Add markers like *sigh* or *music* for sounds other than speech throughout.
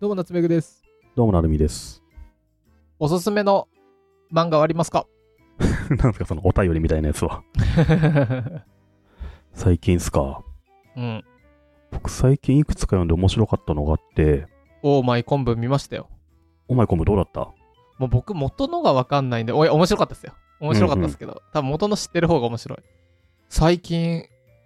どうも、夏目ぐです。どうもなるみです。おすすめの漫画はあります *laughs* か *laughs* なんですか、そのお便りみたいなやつは。最近っすか。うん。僕最近いくつか読んで面白かったのがあって、オーマイ昆布見ましたよ。お前コムどうだったもう僕、元のがわかんないんで、おい、面白かったですよ。面白かったですけど、多分元の知ってる方が面白い。最近、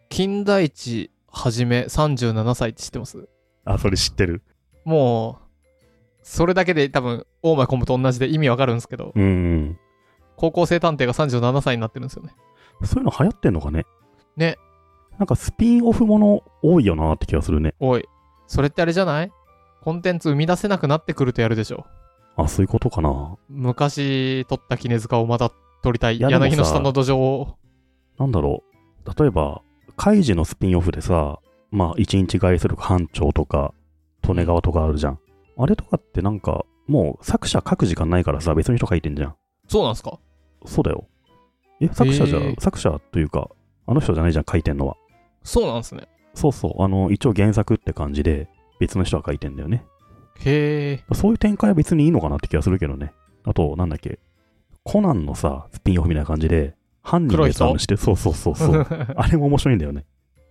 金田一はじめ37歳って知ってますあ、それ知ってる。もう、それだけで多分、オーマイ昆布と同じで意味わかるんですけど、うん、うん。高校生探偵が37歳になってるんですよね。そういうの流行ってんのかねね。なんかスピンオフもの多いよなって気がするね。おい、それってあれじゃないコンテンツ生み出せなくなってくるとやるでしょ。あ、そういうことかな。昔取った絹塚をまた取りたいいやでもさ柳の下の土壌をなんだろう。例えば、カイジのスピンオフでさ、まあ、一日外出力班長とか、利根川とかあるじゃん。あれとかってなんか、もう作者書く時間ないからさ、別の人書いてんじゃん。そうなんすかそうだよ。え、作者じゃ、へー作者というか、あの人じゃないじゃん、書いてんのは。そうなんすねそうそう、あの、一応原作って感じで、別の人が書いてんだよね。へえそういう展開は別にいいのかなって気がするけどね。あと、なんだっけ、コナンのさ、スピンオフみたいな感じで、犯人のやつ黒い人話して、そうそうそうそう。あれも面白いんだよね。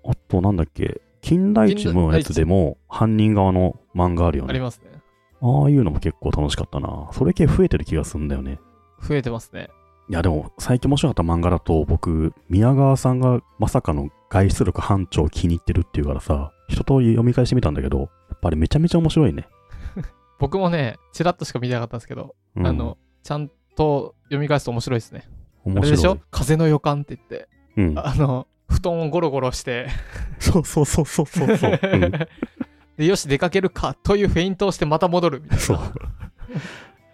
あと、なんだっけ、金田一のやつでも、犯人側の漫画あるよ *laughs* ありね。ますねああいうのも結構楽しかったな。それ系増えてる気がするんだよね。増えてますねいやでも最近面白かった漫画だと僕宮川さんがまさかの外出力班長を気に入ってるっていうからさ一通り読み返してみたんだけどやっぱりめちゃめちゃ面白いね、僕もねちらっとしか見てなかったんですけど、うんあのちゃんと読み返すと面白いですねあ面れ白いでしょ風の予感って言ってうん、あの布団をゴロゴロしてそうそうそうそうそうそう、うん *laughs* でよし出かけるかというフェイントをしてまた戻るみたいなそう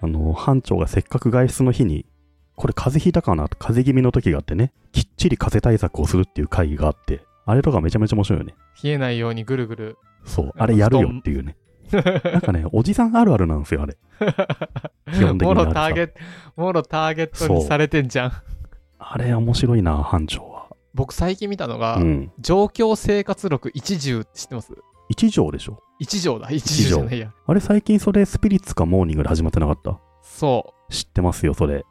あの班長がせっかく外出の日にこれ風邪ひいたかなって風邪気味の時があってねきっちり風邪対策をするっていう会議があってあれとかめちゃめちゃ面白いよね冷えないようにぐるぐるそうあれやるよっていうねなんかねおじさんあるあるなんですよ *laughs* あれ基本的にもあろれさターゲットもろターゲットにされてんじゃんあれ面白いな班長は僕最近見たのが、うん状況生活録一条って知ってます一条でしょ一条だ一条じゃないやあれ最近それスピリッツかモーニングで始まってなかったそ知ってますよそれ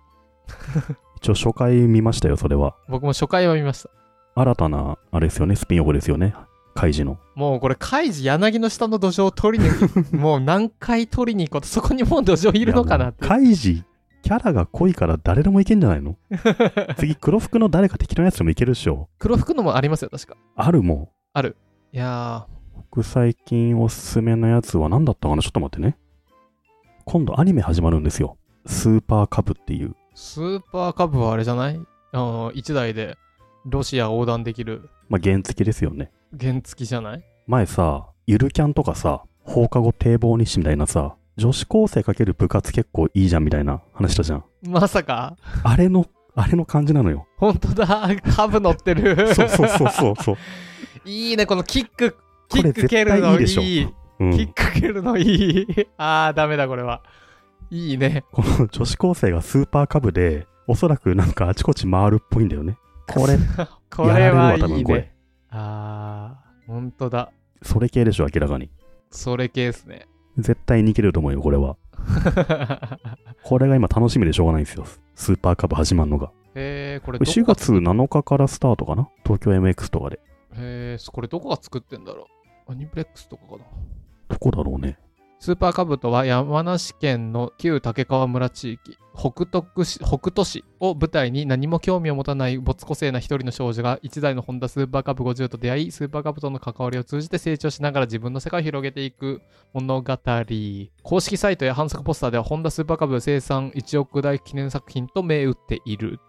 一応初回見ましたよそれはう *laughs* 僕も初回は見ました新たなあれですよねスピンオフですよねカイジのもうこれカイジ柳の下の土壌を取 *laughs* りにもう何回取りに行こうとそこにもう土壌いるのかなってやもうカイジキャラが濃いから誰でもいけんじゃな *laughs* いの次黒服の誰か適当なやつでもいけるでしょ黒服のもありますよ確かあるもんいやー僕最近おすすめのやつは何だったかなちょっと待ってね今度アニメ始まるんですよスーパーカブっていうスーパーカブはあれじゃないあの1台でロシア横断できるまあ原付ですよね原付じゃない前さ、ゆるキャンとかさ、放課後堤防日誌みたいなさ、女子高生かける部活結構いいじゃんみたいな話したじゃん。まさかあれの、あれの感じなのよ。本当だカブ乗ってるそうそうそうそう *laughs* そう。いいねこのキックキこれック絶蹴対るいのいでしょ。いいうんキック蹴るのいい。 *laughs* あー、ダメだ、これは。いいね。この女子高生がスーパーカブで、おそらくなんかあちこち回るっぽいんだよね。これ、これはやられるわい多い分これね。あー、ほんとだ。それ系でしょ、明らかに。それ系ですね。 *laughs* 絶対に切れると思うよ、これは。これが今楽しみでしょうがないんですよ。スーパーカブ始まるのが。えー、これど4こが、月7日からスタートかな東京 MX とかで。えー、これどこが作ってんだろうアニプレックスとかかな。どこだろうね。スーパーカブトは山梨県の旧竹川村地域、北徳市北斗市を舞台に何も興味を持たない没個性な一人の少女が一台のホンダスーパーカブ50と出会い、スーパーカブとの関わりを通じて成長しながら自分の世界を広げていく物語。公式サイトや反則ポスターではホンダスーパーカブ生産1億台記念作品と銘打っている。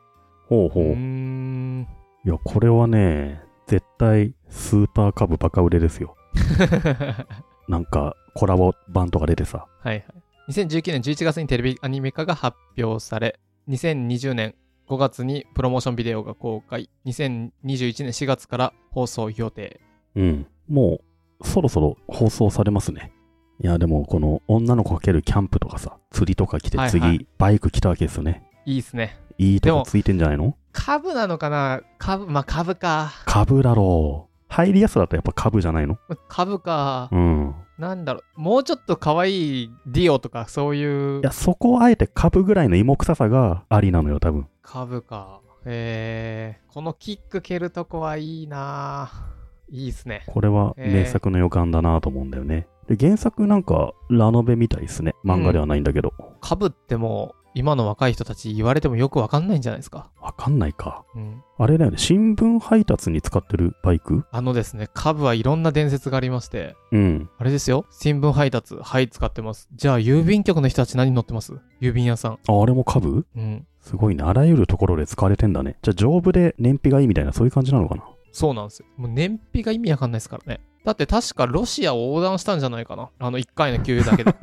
ほうほうう。ーん。いや、これはね、絶対スーパーカブバカ売れですよ。はなんか、コラボ版とか出てさ。いはい。2019年11月にテレビアニメ化が発表され、2020年5月にプロモーションビデオが公開、2021年4月から放送予定。うん。もう、そろそろ放送されますね。いや、でも、この女の子かけるキャンプとかさ、釣りとか来てはい、次、はいバイク来たわけですよね。いいですね。いいとでこもついてんじゃないの株なのかな株、まあ株か。カブだろう。入りやすさだとやっぱカブじゃないの株か。うん。なんだろう、もうちょっと可愛いディオとかそういういや、そこをあえて株ぐらいの芋臭さがありなのよ、多分。株か。えー、このキック蹴るとこはいいなぁいいっすね。これは名作の予感だなと思うんだよね。で、原作なんか、ラノベみたいですね。漫画ではないんだけど。株ってもう、今の若い人たち言われてもよくわかんないんじゃないですか。わ、かんないか。うん。あれだよね、新聞配達に使ってるバイクあのですね、株はいろんな伝説がありまして、うん。あれですよ、新聞配達、はい、使ってます。じゃあ、郵便局の人たち何乗ってます郵便屋さん。あ、あれも株うん。すごいね。あらゆるところで使われてんだね。じゃあ、丈夫で燃費がいいみたいな、そういう感じなのかな。そうなんですよ。もう燃費が意味わかんないですからね。だって確かロシアを横断したんじゃないかな。あの1回の給油だ *laughs* けで。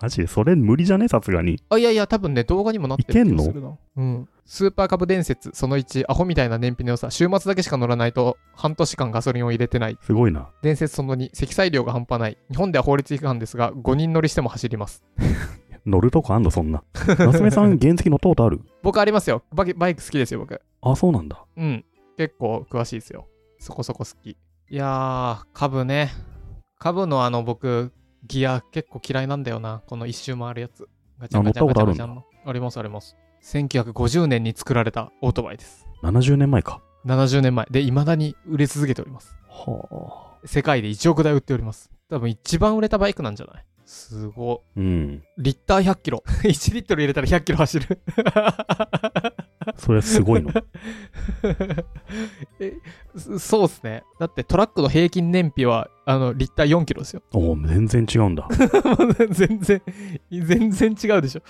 マジで、それ無理じゃねさすがに。あ、いやいや、多分ね、動画にもなってるいけん気のがするな。うん。スーパーカブ伝説、その1、アホみたいな燃費の良さ、週末だけしか乗らないと、半年間ガソリンを入れてない。すごいな。伝説その2、積載量が半端ない。日本では法律違反ですが、5人乗りしても走ります。乗るとこあんの、そ *laughs* んな。夏目さん、原付乗ったことある僕ありますよ。バキバイク好きですよ、僕。あ、そうなんだ。うん。結構詳しいですよ。そこそこ好き。いやー、株ね。株のあの僕、ギア結構嫌いなんだよな。この一周回るやつ。ガチャンガチャンガチャンガチャンの。ありますあります。1950年に作られたオートバイです。 70年前か。 70年前。で、未だに売れ続けております。はあ。世界で1億台売っております。多分一番売れたバイクなんじゃないすごうん。い。リッター100キロ。1リット *laughs* ル入れたら100キロ走る。それす *laughs* ごいの。 *laughs* えそそうっすね。だってトラックの平均燃費は、あの、リッター4キロですよ。 *laughs* おお、全然違うんだ。全然、全然違うでしょ。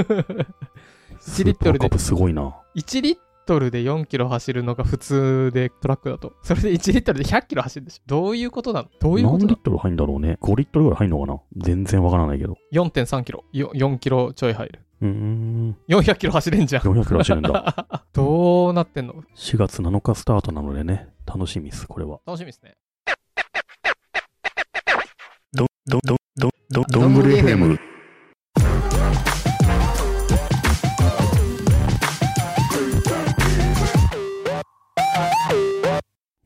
1リットルでですごいな。 1リットルで4キロ走るのが普通で、トラックだと。それで1リットルで100キロ走るでしょ。どういうことなのどういうこ何とリなットル入るんだろうね。5リットルぐらい入るのかな全然わからないけど。の ?4.3 キロ。よ4キロちょい入る。うーん。 400キロ走れんじゃ *laughs* ん。 400らしいんだ。どうなってんの4月7日スタートなのでね、楽しみです、これは。楽しみですね。ど、ど、ど、ど、ど、どんぐり FM。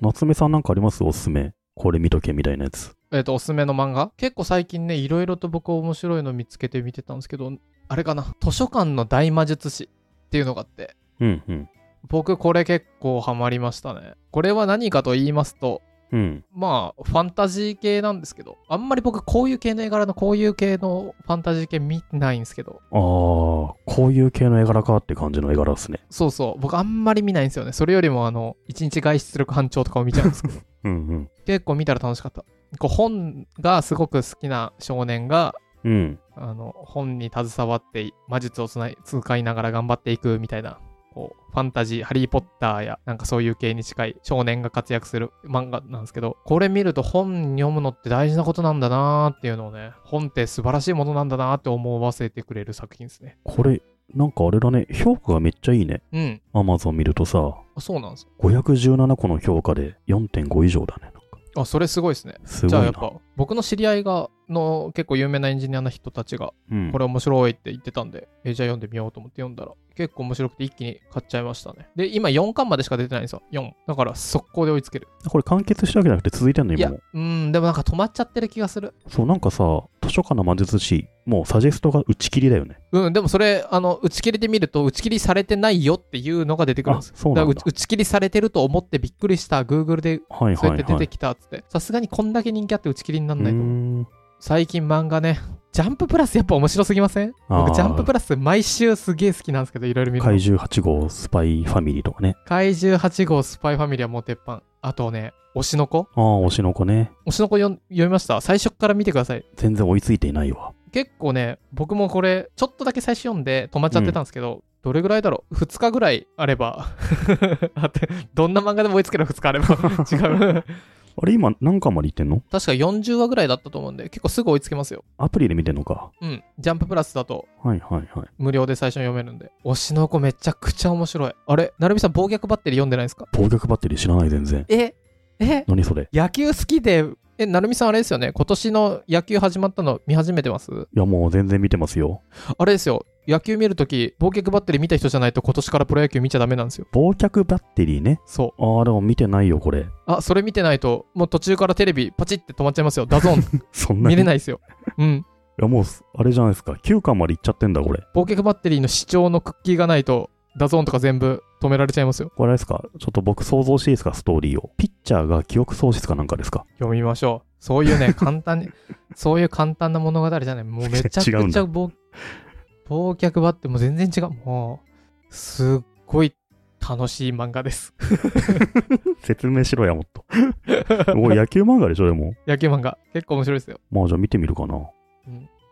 夏目さんなんかありますおすすめ。これ見とけみたいなやつ。えっ、と、おすすめの漫画結構最近ね、いろいろと僕面白いの見つけて見てたんですけど、あれかな、図書館の大魔術師っていうのがあって、うん、うん。僕これ結構ハマりましたね。これは何かと言いますと、うん。まあ、ファンタジー系なんですけど、あんまり僕こういう系の絵柄のこういう系のファンタジー系見ないんですけど、ああ、こういう系の絵柄かって感じの絵柄ですね。そうそう、僕あんまり見ないんですよね。それよりもあの、一日外出力班長とかを見ちゃうんですけど、うん、うん。結構見たら楽しかった。こう本がすごく好きな少年が、うん。あの本に携わって魔術をつない使いながら頑張っていくみたいなこうファンタジー「ハリー・ポッター」やなんかそういう系に近い少年が活躍する漫画なんですけどこれ見ると本読むのって大事なことなんだなーっていうのをね本って素晴らしいものなんだなーって思わせてくれる作品ですねこれ、なんかあれだね、評価がめっちゃいいね。うんアマゾン見るとさ、あそうなんですよ517個の評価で4.5以上だね。なんかあそれすごいですねすごいじゃあやなっ。ぱ僕の知り合いがの結構有名なエンジニアの人たちがうんこれ面白いって言ってたんで、えじゃあ読んでみようと思って読んだら、結構面白くて一気に買っちゃいましたね。で、今4巻までしか出てないんですよ。4。だから速攻で追いつける。これ完結したわけじゃなくて続いてんのいや、今も。うーん、でもなんか止まっちゃってる気がする。そう、なんかさ、図書館の魔術師、もうサジェストが打ち切りだよね。うん、でもそれ、あの、打ち切りで見ると、打ち切りされてないよっていうのが出てくるんあ、ですよ。そうだなからん打だち。打ち切りされてると思ってびっくりした、Google ではいそうやはってい出はてい。きたっつって、さすがにこんだけ人気あって打ち切りになうんーないと思う。ん最近漫画ね、ジャンププラスやっぱ面白すぎません僕、あージャンププラス毎週すげえ好きなんですけど、いろいろ見るの怪獣8号スパイファミリーとかね。怪獣8号スパイファミリアもう鉄板。あとね、推しの子ああ、推しの子ね。推しの子読ん読みました最初から見てください。全然追いついていないわ。結構ね、僕もこれ、ちょっとだけ最初読んで止まっちゃってたんですけど、どれぐらいだろう ?2 日ぐらいあれば。 *laughs* あって、どんな漫画でも追いつける2日あれば。 *laughs* 違う。あれ、今何巻までいってんの確か40話ぐらいだったと思うんで、結構すぐ追いつけますよ。アプリで見てんのか。うん。ジャンププラスだとはいはいはい。無料で最初に読めるんで。推しの子めちゃくちゃ面白い。あれなるみさん、暴虐バッテリー読んでないですか暴虐バッテリー知らない全然。ええ何それ野球好きで、え、なるみさんあれですよね、今年の野球始まったの見始めてますいやもう全然見てますよ。あれですよ、野球見るとき、忘却バッテリー見た人じゃないと今年からプロ野球見ちゃダメなんですよ。忘却バッテリーね。そああ、でも見てないよ、これう。。あ、それ見てないと、もう途中からテレビパチって止まっちゃいますよ。ダゾーン。そんな見にれい。ないですよ。うん。や、もう、あれじゃないですか。9巻までいっちゃってんだ、これ。忘却バッテリーの視聴のクッキーがないと、ダゾーンとか全部止められちゃいますよ。これあれですかちょっと僕想像していいですかストーリーを。ピッチャーが記憶喪失かなんかですか読みましょう。そういう *laughs* ね、簡単に、そういう簡単な物語じゃない。もうめちゃくち違うんだゃ忘忘却バッテリーもう全然違う。もう、すっごい楽しい漫画です。 *laughs* 説明しろや、もっ *laughs* と。おい野球漫画でしょ、でも。野球漫画。結構面白いですよ。まあ、じゃあ見てみるかな。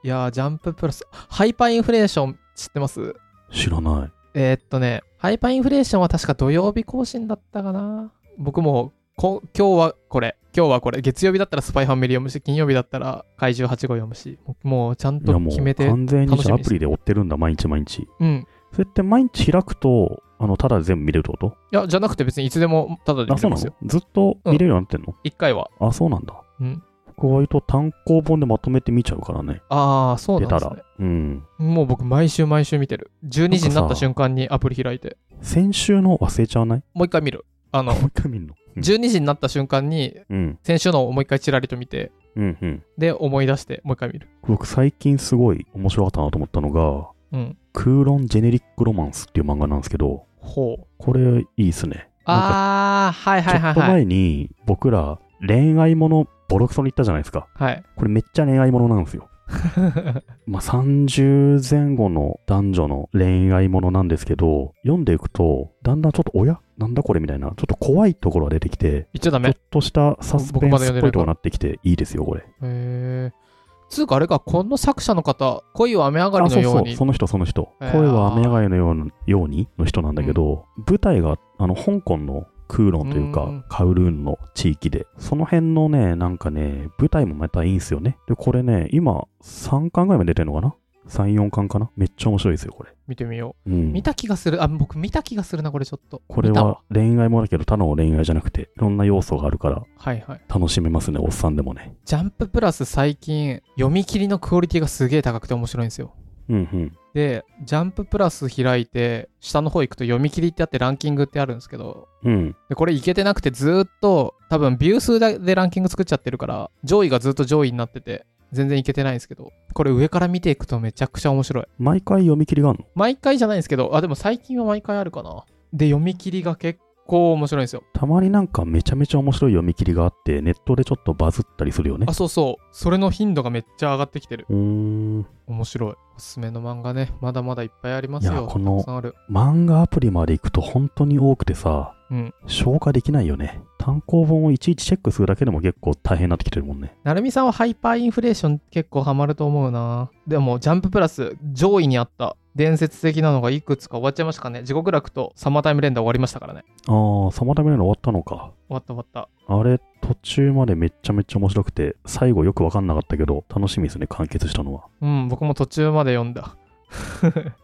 いやー、ジャンププラス。ハイパーインフレーション知ってます知らない。えーっとね、ハイパーインフレーションは確か土曜日更新だったかな。僕もこ、今日はこれ、今日はこれ、月曜日だったらスパイファミリー読むし、金曜日だったら怪獣8号読むし、もうもうちゃんいやとも決めうて、完全にじゃあア楽しみですプリで追ってるんだ、毎日毎日。うん。それって毎日開くと、あの、ただで全部見れるってこいや、じゃなくて別にいつでもただでとあ、見それうまなすよの。ずっと見れるようになってんの、一回は。あ、そうなんだ。うん。僕割と単行本でまとめて見ちゃうからね。ああ、そう出なんたですね。ら。うん。もう僕、毎週毎週見てる。12時にななんったかさ瞬間にアプリ開いて、先週の忘れちゃわないもう一回見る。あものう、一回見るの。うん12時になった瞬間に、うん。先週のをもう一回チラリと見て、うん。うん。で、思い出して、もう一回見る。僕最近すごい面白かったなと思ったのが、うん。クーロンジェネリックロマンスっていう漫画なんですけど、ほう。これいいっすね。なんかああ、はいはいちょはっいとはい。前に僕ら恋愛ものボロクソに言ったじゃないですか。はい。これめっちゃ恋愛ものなんですよ。 *laughs* まあ30前後の男女の恋愛ものなんですけど、読んでいくと、だんだんちょっと、おやなんだこれみたいな、ちょっと怖いところが出てきて、言っちゃダちょメっ。としたサスペンスっぽいとこになってきて、いいですよ、これ。へえ。つうかあれか、この作者の方、恋は雨上がりあ、そのうようそう、に。その人、その人。えー声は雨上がりのようなようにの人なんだけど、舞台があの香港の空論といううかん、カウルーンの地域で、その辺のね、なんかね、舞台もまたいいんすよね。で、これね、今、3巻ぐらいまで出てるのかな ?3、4巻かなめっちゃ面白いですよ、これ。見てみようう。ん見。た気がする。あ、僕見た気がするな、これちょっと。これ見たわは恋愛もだけど、他の恋愛じゃなくて、いろんな要素があるから、はいはい。楽しめますね、おっさんでもね。ジャンププラス最近、読み切りのクオリティがすげえ高くて面白いんですよ。うんうん。で、ジャンププラス開いて、下の方行くと読み切りってあってランキングってあるんですけど、うん。でこれいけてなくてずーっと、多分ビュー数だでランキング作っちゃってるから、上位がずっと上位になってて、全然いけてないんですけど、これ上から見ていくとめちゃくちゃ面白い。毎回読み切りがあるの毎回じゃないんですけど、あ、でも最近は毎回あるかな。で、読み切りが結構面白いんですよ。たまになんかめちゃめちゃ面白い読み切りがあって、ネットでちょっとバズったりするよねあ、。そうそう。それの頻度がめっちゃ上がってきてる。うーん。面白い。おすすめの漫画ね。まだまだいっぱいありまいすや、よ。こたのくさんある。漫画アプリまで行くと本当に多くてさ、うん消化できないよね。単行本をいちいちチェックするだけでも結構大変になってきてるもんね。なるみさんはハイパーインフレーション結構ハマると思うな。でも、ジャンププラス上位にあった伝説的なのがいくつか終わっちゃいましたかね。地獄楽とサマータイム連打終わりましたからね。あー、サマダメなの終わったのか。終わった終わった。あれ、途中までめっちゃめっちゃ面白くて、最後よくわかんなかったけど、楽しみですね、完結したのは。うん、僕も途中まで読んだ。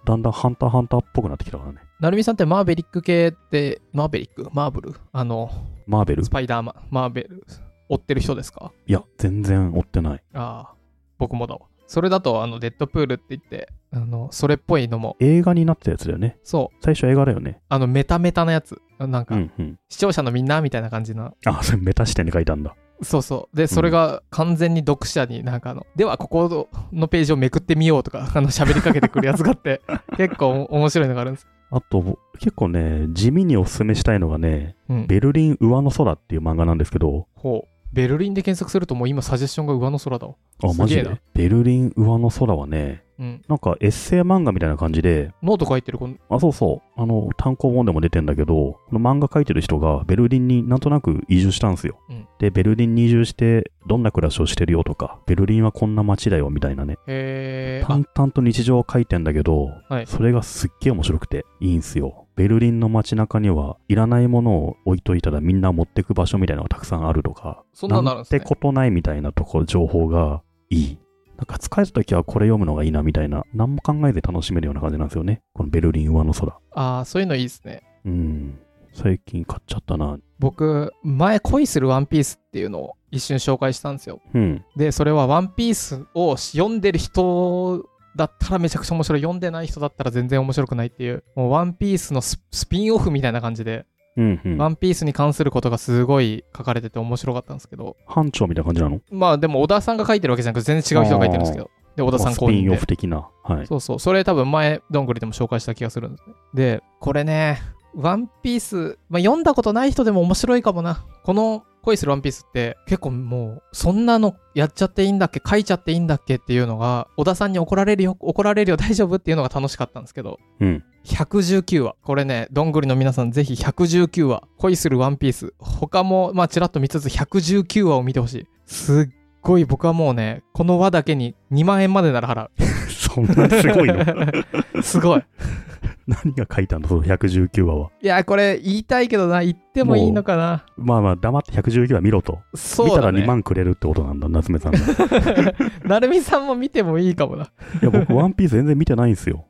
だんだんハンターハンターっぽくなってきたからね。なるみさんってマーベリック系って、マーベリックマーブルあの、マーベルスパイダーマン、マーベル、追ってる人ですかいや、全然追ってない。ああ、僕もだわ。それだと、あの、デッドプールって言って、あの、それっぽいのも、映画になってたやつだよね。そう、最初映画だよね。あの、メタメタなやつ。なんうか、んうん。視聴者のみんなみたいな感じな。あ、それメタ視点で書いたんだ。そうそう。で、それが完全に読者になんかあの、では、ここのページをめくってみようとか、あの、喋りかけてくるやつがあ *laughs* って、結構面白いのがあるんです。あと、結構ね、地味におすすめしたいのがね、うん。ベルリン上の空っていう漫画なんですけど、ほう。ベルリンで検索するともう今サジェッションが上の空だわ。あ、すげえマジでなベルリン上の空はね、うん。なんかエッセイ漫画みたいな感じで、ノート書いてるこの、あ、そうそう、あの、単行本でも出てんだけど、この漫画描いてる人がベルリンになんとなく移住したんですよ。うんで、ベルリンに移住して、どんな暮らしをしてるよとか、ベルリンはこんな街だよみたいなね、えー、あ淡、々と日常を描いてんだけど、はいそれがすっげえ面白くていいんすよ。ベルリンの街中には、いらないものを置いといたらみんな持ってく場所みたいなのがたくさんあるとか、そんなのあるんでなんすてね。ことないみたいなところ、情報がいい。なんか疲れた時はこれ読むのがいいなみたいな、何も考えず楽しめるような感じなんですよね。このベルリン上の空。ああ、そういうのいいですね。うん。最近買っちゃったな。僕前恋するワンピースっていうのを一瞬紹介したんですようん。でそれはワンピースを読んでる人だったらめちゃくちゃ面白い。読んでない人だったら全然面白くないっていう、もうワンピースのススピンオフみたいな感じで、うんうん。ワンピースに関することがすごい書かれてて面白かったんですけど、班長みたいな感じなのまあでも小田さんが書いてるわけじゃなくて全然違う人が書いてるんですけど、で、小田さんス公ピ認ンオでフ。的な。はい。そうそう、それ多分前、どんぐりでも紹介した気がするんですね。で、これね、ワンピース、まあ、読んだことない人でも面白いかもな。この恋するワンピースって結構もう、そんなのやっちゃっていいんだっけ書いちゃっていいんだっけっていうのが、小田さんに怒られるよ、怒られるよ、大丈夫っていうのが楽しかったんですけど、 *laughs* うん。 119話。これね、どんぐりの皆さんぜひ119話。恋するワンピース。他も、まあ、ちらっと見つつ119話を見てほしい。すっごい僕はもうね、この話だけに2万円までなら払う。そんなすごいの *laughs* すごい。何が書いたのその119話は。いや、これ言いたいけどな、言ってもいいのかな。まあまあ、黙って119話見ろと。そう見ただ、らね。 2万くれるってことなんだ、夏目さんが。いなるみさんも見てもいいかもな。や、僕、ワンピース全然見てないんですよ。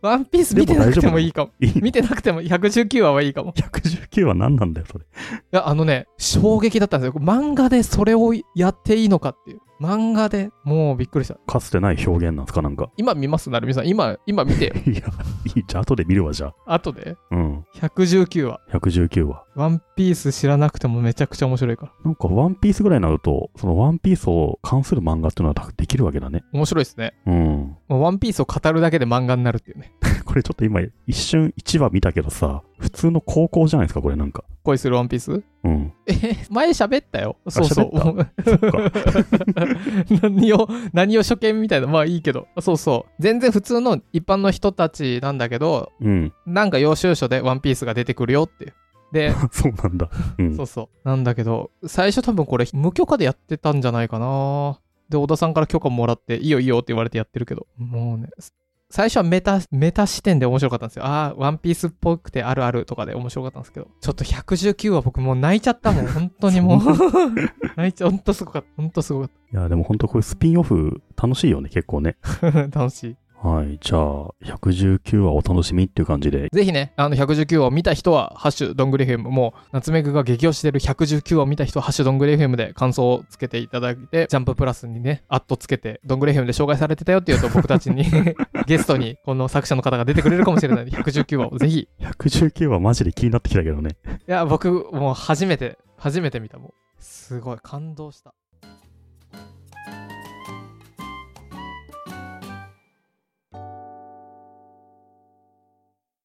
ワンピース見てなくてもいいかも。いい *laughs* 見てなくても119話はいいかも。い119話何なんだよ、それ。や、あのね、衝撃だったんですよ。漫画でそれをやっていいのかっていう。漫画でもうびっくりした。かつてない表現なんですか、なんか。今見ますなるみさん。今、今見て *laughs* よ。いや、いい。じゃあ、後で見るわ、じゃあ。後で。うん。 119話。 119話。ワンピース知らなくてもめちゃくちゃ面白いから。なんか、ワンピースぐらいになると、そのワンピースを関する漫画っていうのはできるわけだね。面白いですね。うん。もうワンピースを語るだけで漫画になるっていうね。 *laughs* これちょっと今、一瞬1話見たけどさ、普通の高校じゃないですか、これなんか。恋するワンピースうん。えへ前喋ったよ。そうそう。 *laughs* そっか。 *laughs* 何を、何を初見みたいな、まあいいけど、そうそう、全然普通の一般の人たちなんだけど、 *laughs* うん。なんか要所要所でワンピースが出てくるよっていう。で、 *laughs* そうなんだ。うんそ。うそう、なんだけど、最初多分これ、無許可でやってたんじゃないかな。で、小田さんから許可もらって、いいよいいよって言われてやってるけど、もうね、最初はメタ、メタ視点で面白かったんですよ。ああ、ワンピースっぽくてあるあるとかで面白かったんですけど、ちょっと119は僕もう泣いちゃったもん、本当にもう。 *laughs* 泣いちゃ、ほんとすごかった、ほんとすごかっいや、でも本当これスピンオフ楽しいよね、結構ね。た。 *laughs* 楽しい。はい。じゃあ、119話お楽しみっていう感じで。ぜひね、あの119話を見た人は、ハッシュドングリフ m もう、夏目くが激推してる119話を見た人は、ハッシュドングリフ m で感想をつけていただいて、ジャンププラスにね、アットつけて、ドングリフ m で紹介されてたよっていうと、僕たちにゲストにこの作者の方が出てくれるかもしれないんで、119話をぜひ。い119話マジで気になってきたけどね。や、僕、もう初めて、初めて見た、もう。すごい、感動した。